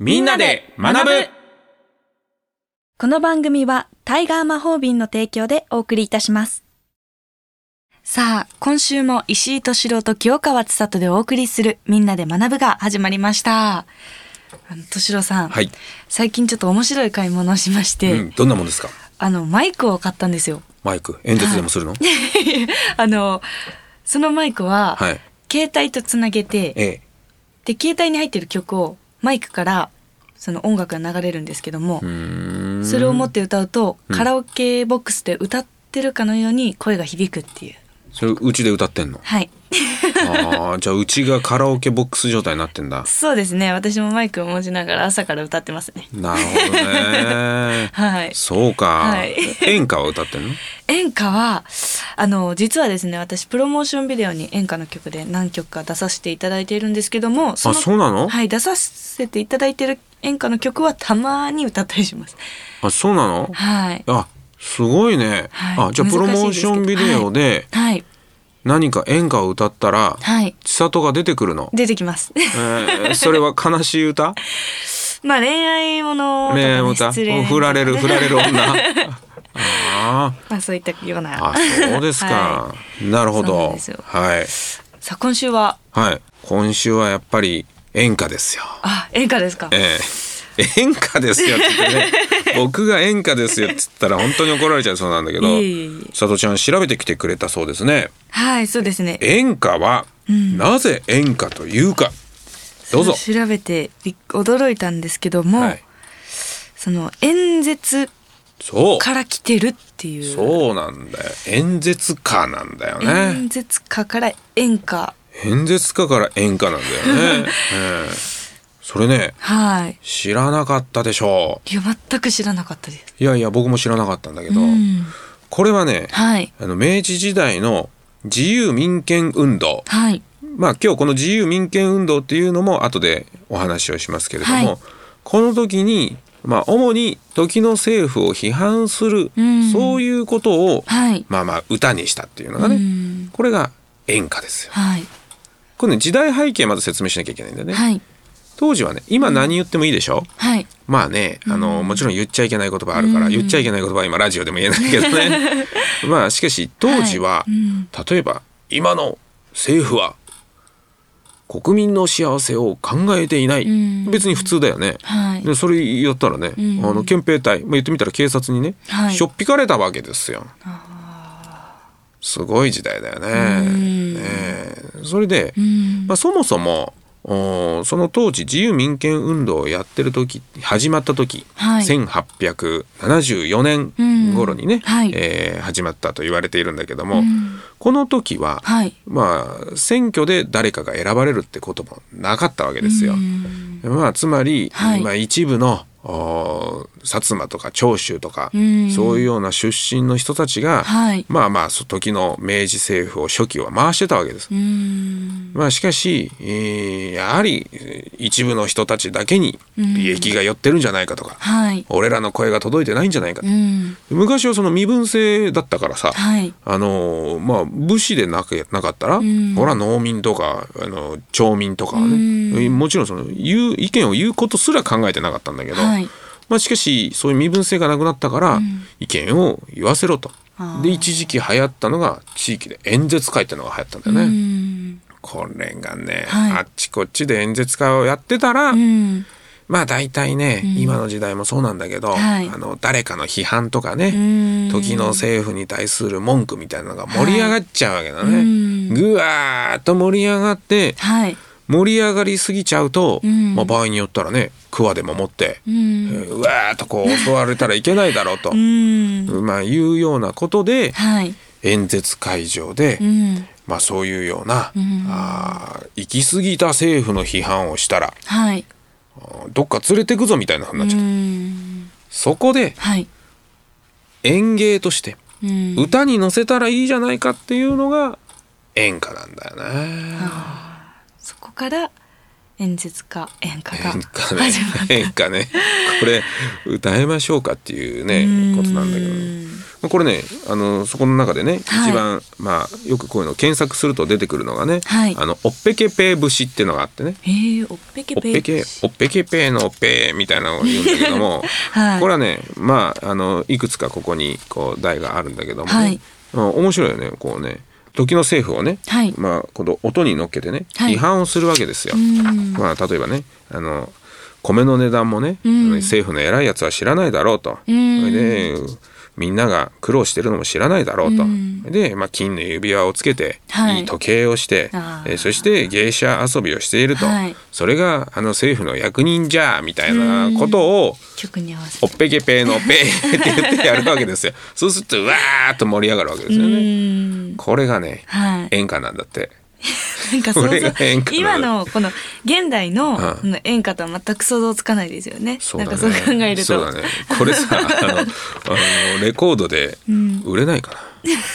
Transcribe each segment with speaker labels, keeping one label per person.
Speaker 1: みんなで学ぶ
Speaker 2: この番組はタイガー魔法瓶の提供でお送りいたします。さあ、今週も石井敏郎と清川千里でお送りするみんなで学ぶが始まりました。あの敏郎さん、
Speaker 1: はい、
Speaker 2: 最近ちょっと面白い買い物をしまして、
Speaker 1: うん、どんなもんですか
Speaker 2: あの、マイクを買ったんですよ。
Speaker 1: マイク演説でもするの、
Speaker 2: あの、そのマイクは、
Speaker 1: はい
Speaker 2: 携帯とつなげて、
Speaker 1: ええ
Speaker 2: で、携帯に入ってる曲をマイクから、その音楽が流れるんですけども、
Speaker 1: うーん
Speaker 2: それを持って歌うと、
Speaker 1: うん
Speaker 2: カラオケボックスで歌ってるかのように声が響くっていう。
Speaker 1: それうちで歌ってんの
Speaker 2: はい。
Speaker 1: ああ じゃあうちがカラオケボックス状態になってんだ
Speaker 2: そうですね。私もマイクを持ちながら朝から歌ってますね。
Speaker 1: なるほどね
Speaker 2: はい
Speaker 1: そうか、
Speaker 2: はい
Speaker 1: 演歌は歌ってんの
Speaker 2: 演歌は、あの、実はですね、私プロモーションビデオに演歌の曲で何曲か出させていただいているんですけども、
Speaker 1: あそうなの、
Speaker 2: はい、出させていただいている演歌の曲はたまに歌ったりします。
Speaker 1: あそうなの
Speaker 2: はい。
Speaker 1: あすごいね、
Speaker 2: はい
Speaker 1: あじゃあ
Speaker 2: 難し
Speaker 1: プロ
Speaker 2: いですけど
Speaker 1: モーションビデオで
Speaker 2: はい。
Speaker 1: 何か演歌を歌ったら、
Speaker 2: はい。
Speaker 1: 千里が出てくるの、
Speaker 2: 出てき ます。
Speaker 1: えーそれは悲しい歌
Speaker 2: まあ恋愛ものとか、
Speaker 1: 恋
Speaker 2: ね、
Speaker 1: 愛歌
Speaker 2: 失恋
Speaker 1: 振られる振られる 女ああ
Speaker 2: まあそういったような。
Speaker 1: あ、そうです
Speaker 2: はい
Speaker 1: か。なるほ
Speaker 2: そうなん
Speaker 1: ど
Speaker 2: ですよ。
Speaker 1: はい。
Speaker 2: さあ今週は
Speaker 1: はい。今週はやっぱり演歌ですよ。
Speaker 2: あ演歌ですか
Speaker 1: ええ 演歌ですよって言ってね。 僕が演歌ですよって言ったら本当に怒られちゃいそうなんだけど
Speaker 2: いえいえいえ、
Speaker 1: 佐藤ちゃん調べてきてくれたそうですね。
Speaker 2: はいそうですね
Speaker 1: 演歌はなぜ演歌というか。どうぞ。
Speaker 2: それを調べてび驚いたんですけども、
Speaker 1: はい。
Speaker 2: その演説
Speaker 1: そう。
Speaker 2: から来てるっていう
Speaker 1: そうなんだよ。演説歌なんだよね
Speaker 2: 演。説家から演歌
Speaker 1: 演説歌から演歌なんだ よね。ええそれね、
Speaker 2: はい
Speaker 1: 知らなかったでしょう。
Speaker 2: いや全く知らなかったです、
Speaker 1: いやいや僕も知らなかったんだけ
Speaker 2: う
Speaker 1: ど、
Speaker 2: ん、
Speaker 1: これはね
Speaker 2: はい
Speaker 1: あの明治時代の自由民権運動
Speaker 2: はい
Speaker 1: まあ今日この自由民権運動っていうのも後でお話をしますけれども、
Speaker 2: はい
Speaker 1: この時にまあ主に時の政府を批判する、
Speaker 2: うん
Speaker 1: そういうことを
Speaker 2: はい
Speaker 1: まあまあ歌にしたっていうの
Speaker 2: う
Speaker 1: がね、
Speaker 2: ん
Speaker 1: これが演歌ですよ。
Speaker 2: はい
Speaker 1: これね時代背景まず説明しなきゃいけないんだよね。
Speaker 2: はい
Speaker 1: 当時はね今何言ってもいいでしょ、
Speaker 2: はい
Speaker 1: まあね、あの、もちろん言っちゃいけない言葉あるから、言っちゃいけない言葉は今ラジオでも言えないけど ね。まあ、しかし、当時は、
Speaker 2: いうん
Speaker 1: 例えば、今の政府は、国民の幸せを考えていない。
Speaker 2: うん
Speaker 1: 別に普通だよね。
Speaker 2: はい
Speaker 1: でそれやったらね、
Speaker 2: ん
Speaker 1: あの憲兵隊、まあ、言ってみたら警察にね、
Speaker 2: はい
Speaker 1: しょっぴかれたわけですよ。すごい時代だよね。
Speaker 2: うん
Speaker 1: ねえそれで、
Speaker 2: うん
Speaker 1: まあ、そもそもおーその当時自由民権運動をやってる時始まった時、
Speaker 2: はい
Speaker 1: 1874
Speaker 2: うん
Speaker 1: 年頃にね、
Speaker 2: はい
Speaker 1: えー始まったと言われているんだけども、
Speaker 2: うん
Speaker 1: この時は、
Speaker 2: はい
Speaker 1: まあ選挙で誰かが選ばれるってこともなかったわけですよ。
Speaker 2: うん
Speaker 1: まあ、つまり、
Speaker 2: はい
Speaker 1: まあ、一部のおー薩摩とか長州とか、
Speaker 2: うん
Speaker 1: そういうような出身の人たちが、
Speaker 2: はい
Speaker 1: まあまあそ時の明治政府を初期は回してたわけです。
Speaker 2: うん
Speaker 1: まあしかし、えーやはりえー一部の人たちだけに利益が寄ってるんじゃないかとか、
Speaker 2: はい
Speaker 1: 俺らの声が届いてないんじゃないか、
Speaker 2: うん
Speaker 1: 昔はその身分制だったからさ、
Speaker 2: はい
Speaker 1: あのーまあ武士でなけなかったら、
Speaker 2: ん
Speaker 1: ほら農民とかあの町民とかはね、
Speaker 2: うん
Speaker 1: えーもちろんその言う意見を言うことすら考えてなかったんだけど、
Speaker 2: はい
Speaker 1: まあ、しかしそういう身分制がなくなったから意見を言わせろと。
Speaker 2: あー
Speaker 1: で一時期流行ったのが地域で演説会ってのが流行ったんだよね。
Speaker 2: うん
Speaker 1: これがね、
Speaker 2: はい
Speaker 1: あっちこっちで演説会をやってたら、
Speaker 2: うん
Speaker 1: まあ大体ね、今の時代もそうなんだけど、
Speaker 2: はい
Speaker 1: あの誰かの批判とか
Speaker 2: う
Speaker 1: ね、
Speaker 2: ん
Speaker 1: 時の政府に対する文句みたいなのが盛り上がっちゃうわけだね。
Speaker 2: うん
Speaker 1: ぐわーっと盛り上がって
Speaker 2: はい
Speaker 1: 盛り上がりすぎちゃうと、
Speaker 2: うん
Speaker 1: まあ、場合によったらね桑でも持って、
Speaker 2: う
Speaker 1: え
Speaker 2: ん
Speaker 1: ーうわーっとこう襲われたらいけないだろうと
Speaker 2: う、ん
Speaker 1: まあ、いうようなことで
Speaker 2: はい
Speaker 1: 演説会場で、
Speaker 2: うん
Speaker 1: まあ、そういうような、
Speaker 2: ん
Speaker 1: あー行き過ぎた政府の批判をしたら
Speaker 2: はい
Speaker 1: あーどっか連れてくぞみたいなふうになっちゃう、
Speaker 2: うん
Speaker 1: そこで
Speaker 2: はい
Speaker 1: 演芸として
Speaker 2: うん
Speaker 1: 歌に乗せたらいいじゃないかっていうのが演歌なんだよね。
Speaker 2: そこから演説家演歌が
Speaker 1: 演歌ね
Speaker 2: 始 まっ、
Speaker 1: 演歌ねこれ歌いましょうかっていうね
Speaker 2: うん
Speaker 1: ことなんだけどまあこれねあのそこの中でね、
Speaker 2: はい
Speaker 1: 一番、まあ、よくこういうのを検索すると出てくるのがね、
Speaker 2: はい
Speaker 1: あのおっぺけぺ節っていうのがあってね
Speaker 2: えー、おっぺけ
Speaker 1: おっ
Speaker 2: ぺ
Speaker 1: ぺけおっぺけぺのおっぺみたいなのを言うんだけども、
Speaker 2: はい
Speaker 1: これはねまああのいくつかここにこう題があるんだけどもね、
Speaker 2: はい
Speaker 1: まあ面白いよねこうね時の政府をね、
Speaker 2: はい
Speaker 1: まあ、この音に乗っけてね、
Speaker 2: はい
Speaker 1: 違反をするわけですよ。
Speaker 2: うん
Speaker 1: まあ、例えばねあの米の値段もね、
Speaker 2: うん
Speaker 1: あの政府の偉いやつは知らないだろうと、
Speaker 2: うん
Speaker 1: それでみんなが苦労してるのも知らないだろうと、
Speaker 2: うん
Speaker 1: で、まあ、金の指輪をつけて、
Speaker 2: はい
Speaker 1: い、い時計をして
Speaker 2: あー
Speaker 1: えーそして芸者遊びをしていると、
Speaker 2: はい
Speaker 1: それがあの政府の役人じゃみたいなことを
Speaker 2: 曲に合わせ
Speaker 1: お
Speaker 2: て
Speaker 1: っぺけぺーのぺーって言ってやるわけですよ。そうするとうわーっと盛り上がるわけですよ
Speaker 2: う
Speaker 1: ね。
Speaker 2: ん
Speaker 1: これがね
Speaker 2: はい
Speaker 1: 演歌なんだって。
Speaker 2: なんか想
Speaker 1: これが演歌
Speaker 2: 像
Speaker 1: なの
Speaker 2: 今のこの現代の
Speaker 1: うん
Speaker 2: この演歌とは全く想像つかないですよね。
Speaker 1: そう
Speaker 2: な
Speaker 1: だ
Speaker 2: ん
Speaker 1: ね。
Speaker 2: かそう考えると
Speaker 1: そうだね。これさ、あの、あのレコードで
Speaker 2: うん
Speaker 1: 売れないか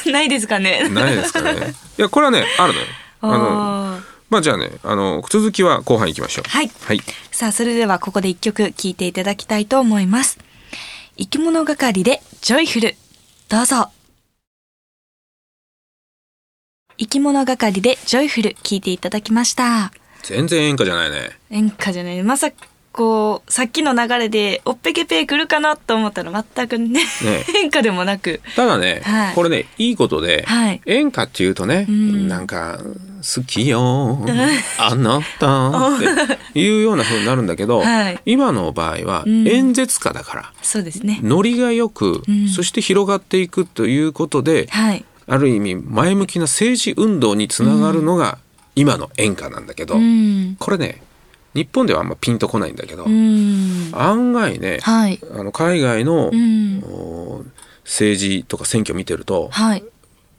Speaker 2: ないですかね。
Speaker 1: な。 ないですかね。いや、これはね、あるのよ。あの、
Speaker 2: あー
Speaker 1: まあ、じゃあね、あの、続きは後半行きましょう。
Speaker 2: はい
Speaker 1: はい。
Speaker 2: さあそれではここで一曲聴いていただきたいと思います。生き物係でジョイフルどうぞ。生き物係でジョイフル聴いていただきました。
Speaker 1: 全然演歌じゃないね。
Speaker 2: 演歌じゃないまさかこうさっきの流れでおっぺけぺ来るかなと思ったら全くね
Speaker 1: ね
Speaker 2: 演歌でもなく
Speaker 1: ただね、
Speaker 2: はい
Speaker 1: これね、いいことで、
Speaker 2: はい
Speaker 1: 演歌っていうとね、
Speaker 2: うん
Speaker 1: なんか、好きよ、 あなたっていうような風になるんだけど、
Speaker 2: はい
Speaker 1: 今の場合は
Speaker 2: うん
Speaker 1: 演説家だから、
Speaker 2: そうですね
Speaker 1: ノリがよく、
Speaker 2: うん
Speaker 1: そして広がっていくということで、
Speaker 2: はい
Speaker 1: ある意味前向きな政治運動につながるのが今の演歌なんだけど、
Speaker 2: うん
Speaker 1: これね日本ではあんまピンとこないんだけど、
Speaker 2: うん
Speaker 1: 案外ね、
Speaker 2: はい
Speaker 1: あの海外の、
Speaker 2: うん
Speaker 1: お政治とか選挙見てると
Speaker 2: はい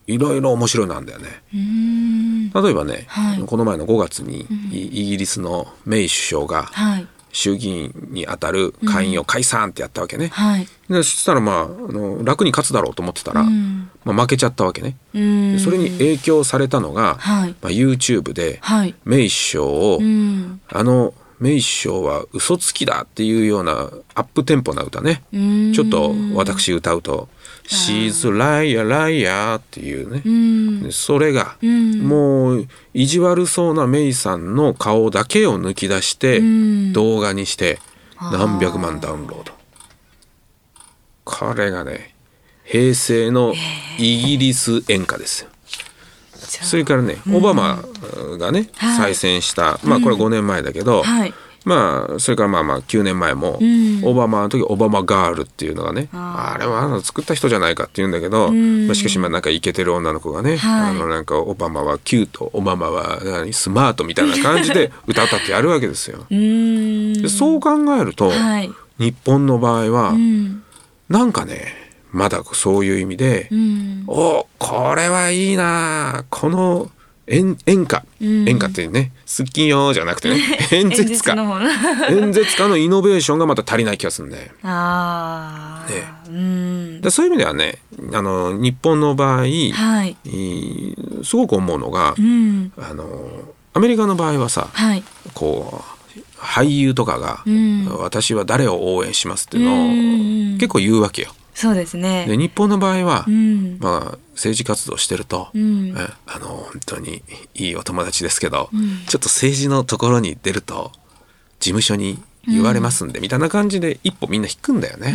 Speaker 1: いろいろ面白いなんだよね。
Speaker 2: うん
Speaker 1: 例えばね、
Speaker 2: はい
Speaker 1: この前の5月にイイギリスのメイ首相が
Speaker 2: はい
Speaker 1: 衆議院にあたる会員を解散ってやったわけね。
Speaker 2: はい
Speaker 1: でそしたらまああの楽に勝つだろうと思ってたら、
Speaker 2: うん
Speaker 1: まあ、負けちゃったわけね。
Speaker 2: うん
Speaker 1: でそれに影響されたのが、
Speaker 2: はい
Speaker 1: まあ、YouTube で
Speaker 2: はい
Speaker 1: メイ首相を、
Speaker 2: うん
Speaker 1: あのメイ首相は嘘つきだっていうようなアップテンポな歌ね、
Speaker 2: うん
Speaker 1: ちょっと私歌うと「She's a liar liar」っていうね
Speaker 2: う、ん
Speaker 1: でそれが、
Speaker 2: うん
Speaker 1: もう意地悪そうなメイさんの顔だけを抜き出して、
Speaker 2: うん
Speaker 1: 動画にして
Speaker 2: あー
Speaker 1: 何百万ダウンロードこれがね平成のイギリス演歌ですよ
Speaker 2: じゃあ
Speaker 1: それからね、オバマがね、
Speaker 2: は
Speaker 1: 再
Speaker 2: い
Speaker 1: 選した、まあこれ5年前だけど、
Speaker 2: はい
Speaker 1: まあそれからまあまあ9年前も、
Speaker 2: うん
Speaker 1: オバマの時オバマガールっていうのがね、
Speaker 2: あ
Speaker 1: あれはあの作った人じゃないかっていうんだけど、
Speaker 2: ん
Speaker 1: まあ、しかしまあなんかイケてる女の子がね、
Speaker 2: はい
Speaker 1: あのなんかオバマはキュート、オバマは何スマートみたいな感じで歌ったってやるわけですよ。
Speaker 2: うん
Speaker 1: でそう考えると、
Speaker 2: はい
Speaker 1: 日本の場合は、
Speaker 2: うん
Speaker 1: なんかね、まだそういう意味で、
Speaker 2: うん
Speaker 1: おこれはいいなあこの演演歌、
Speaker 2: うん
Speaker 1: 演歌ってね好きよじゃなくてね演
Speaker 2: 演
Speaker 1: 説
Speaker 2: 説の
Speaker 1: 家
Speaker 2: 方 な
Speaker 1: 演説家のイノベーションがまた足りない気がするね。
Speaker 2: ああ、
Speaker 1: ね
Speaker 2: うん
Speaker 1: でそういう意味ではねあの日本の場合、
Speaker 2: はい
Speaker 1: えーすごく思うのが、
Speaker 2: うん
Speaker 1: あのアメリカの場合はさ
Speaker 2: はい
Speaker 1: こう俳優とかが、
Speaker 2: うん
Speaker 1: 私は誰を応援します」っていう
Speaker 2: うんうんう
Speaker 1: のを
Speaker 2: ん
Speaker 1: 結構言うわけよ。
Speaker 2: そうですね
Speaker 1: で日本の場合は、
Speaker 2: うん
Speaker 1: まあ、政治活動してると、
Speaker 2: うん
Speaker 1: えあの本当にいいお友達ですけど、
Speaker 2: うん
Speaker 1: ちょっと政治のところに出ると事務所に言われますんで、みたいな感じで一歩みんな引くんだよ
Speaker 2: う
Speaker 1: ね。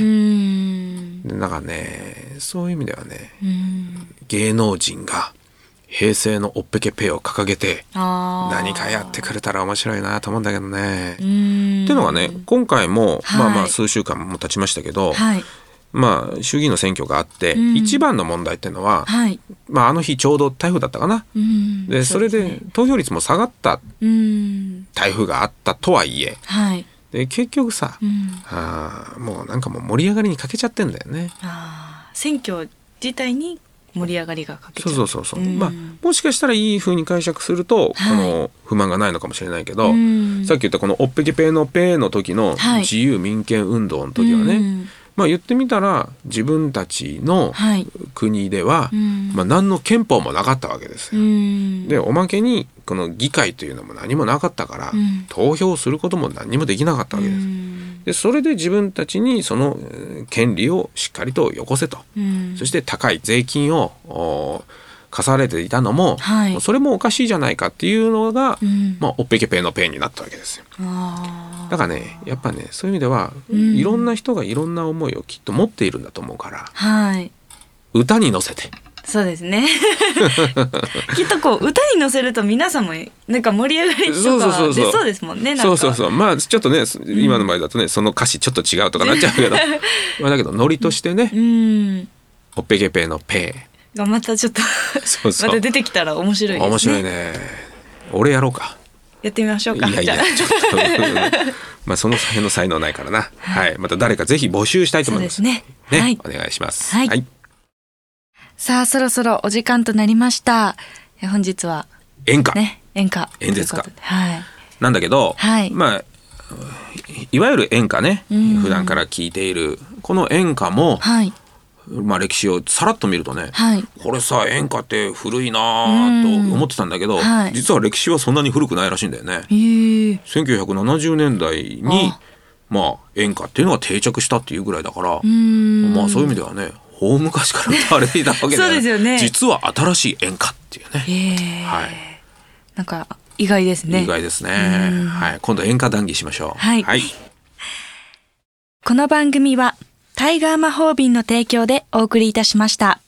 Speaker 2: ん
Speaker 1: でなんかねそういう意味ではね
Speaker 2: うん
Speaker 1: 芸能人が平成のおっぺけペを掲げて
Speaker 2: あー
Speaker 1: 何かやってくれたら面白いなと思うんだけどね。
Speaker 2: う
Speaker 1: って
Speaker 2: ん
Speaker 1: いうのがね今回も、
Speaker 2: はい
Speaker 1: まあまあ数週間も経ちましたけど、
Speaker 2: はい
Speaker 1: まあ衆議院の選挙があって、
Speaker 2: うん
Speaker 1: 一番の問題っていうのは、
Speaker 2: はい
Speaker 1: まあ、あの日ちょうど台風だったかな。
Speaker 2: うん
Speaker 1: で、それ
Speaker 2: う
Speaker 1: で
Speaker 2: ね
Speaker 1: 投票率も下がった
Speaker 2: うん
Speaker 1: 台風があったとはいえ、
Speaker 2: はい
Speaker 1: で、結局さ
Speaker 2: う、ん
Speaker 1: あーもうなんかもう盛り上がりに欠けちゃってんだよね。
Speaker 2: あー選挙自体に盛り上がりがかけちゃ
Speaker 1: そうそうそうそう。
Speaker 2: ん
Speaker 1: まあ、もしかしたらいい風に解釈すると、こ
Speaker 2: はい
Speaker 1: の不満がないのかもしれないけど、
Speaker 2: うん
Speaker 1: さっき言ったこのおっぺけぺのぺの時の
Speaker 2: はい
Speaker 1: 自由民権運動の時はね、
Speaker 2: うん
Speaker 1: まあ言ってみたら自分たちの
Speaker 2: はい
Speaker 1: 国では、
Speaker 2: うん
Speaker 1: まあ何の憲法もなかったわけですよ
Speaker 2: うん
Speaker 1: でおまけにこの議会というのも何もなかったから、
Speaker 2: うん
Speaker 1: 投票することも何もできなかったわけです。
Speaker 2: うん
Speaker 1: でそれで自分たちにそのえー権利をしっかりとよこせと、
Speaker 2: うん
Speaker 1: そして高い税金をお課されていたのも、
Speaker 2: はい
Speaker 1: もうそれもおかしいじゃないかっていうのが、
Speaker 2: うん
Speaker 1: まあ、おっぺけぺのペンになったわけですよ。
Speaker 2: あ
Speaker 1: だからねやっぱねそういう意味では、
Speaker 2: ん
Speaker 1: いろんな人がいろんな思いをきっと持っているんだと思うから
Speaker 2: ーはい
Speaker 1: 歌に乗せて
Speaker 2: そうですね きっとこう歌に乗せると皆さんもなんか盛り上がりとか
Speaker 1: そうそうそうそ
Speaker 2: は
Speaker 1: う
Speaker 2: 出そうですもんねなんか
Speaker 1: そうそうそうまあちょっとねす今の場合だとね、その歌詞ちょっと違うとかなっちゃうけどまあだけどノリとしてね、
Speaker 2: うん
Speaker 1: おっぺけぺのペ
Speaker 2: がまたちょっと
Speaker 1: そうそう
Speaker 2: また出てきたら面白いですね
Speaker 1: 面白いね俺やろうか
Speaker 2: やってみましょう
Speaker 1: い
Speaker 2: か
Speaker 1: やいや
Speaker 2: じゃあ
Speaker 1: ちょっと うんまあその辺の才能ないからなはいまた誰かぜひ募集したいと思います
Speaker 2: そうですねはい
Speaker 1: お願いします
Speaker 2: はいさあそろそろお時間となりましたえ本日は
Speaker 1: 演歌、
Speaker 2: ね演歌
Speaker 1: 演説家
Speaker 2: ということではい
Speaker 1: なんだけど、
Speaker 2: はい
Speaker 1: まあいわゆる演歌ね、
Speaker 2: うん
Speaker 1: 普段から聞いているこの演歌も、
Speaker 2: はい
Speaker 1: まあ、歴史をさらっと見るとね、
Speaker 2: はい
Speaker 1: これさ演歌って古いなあと思ってたんだけど、
Speaker 2: うんはい
Speaker 1: 実は歴史はそんなに古くないらしいんだよね。
Speaker 2: ええ
Speaker 1: 1970年代に
Speaker 2: あ
Speaker 1: まあ、演歌っていうのが定着したっていうぐらいだから、
Speaker 2: ん
Speaker 1: まあそういう意味ではね大昔から歌われていたわけで
Speaker 2: そうですよね
Speaker 1: 実は新しい演歌っていうね、
Speaker 2: ええ
Speaker 1: はい、
Speaker 2: なんか意外ですね
Speaker 1: 意外ですね、はい、今度演歌談義しましょう。
Speaker 2: はいこの番組はタイガー魔法瓶の提供でお送りいたしました。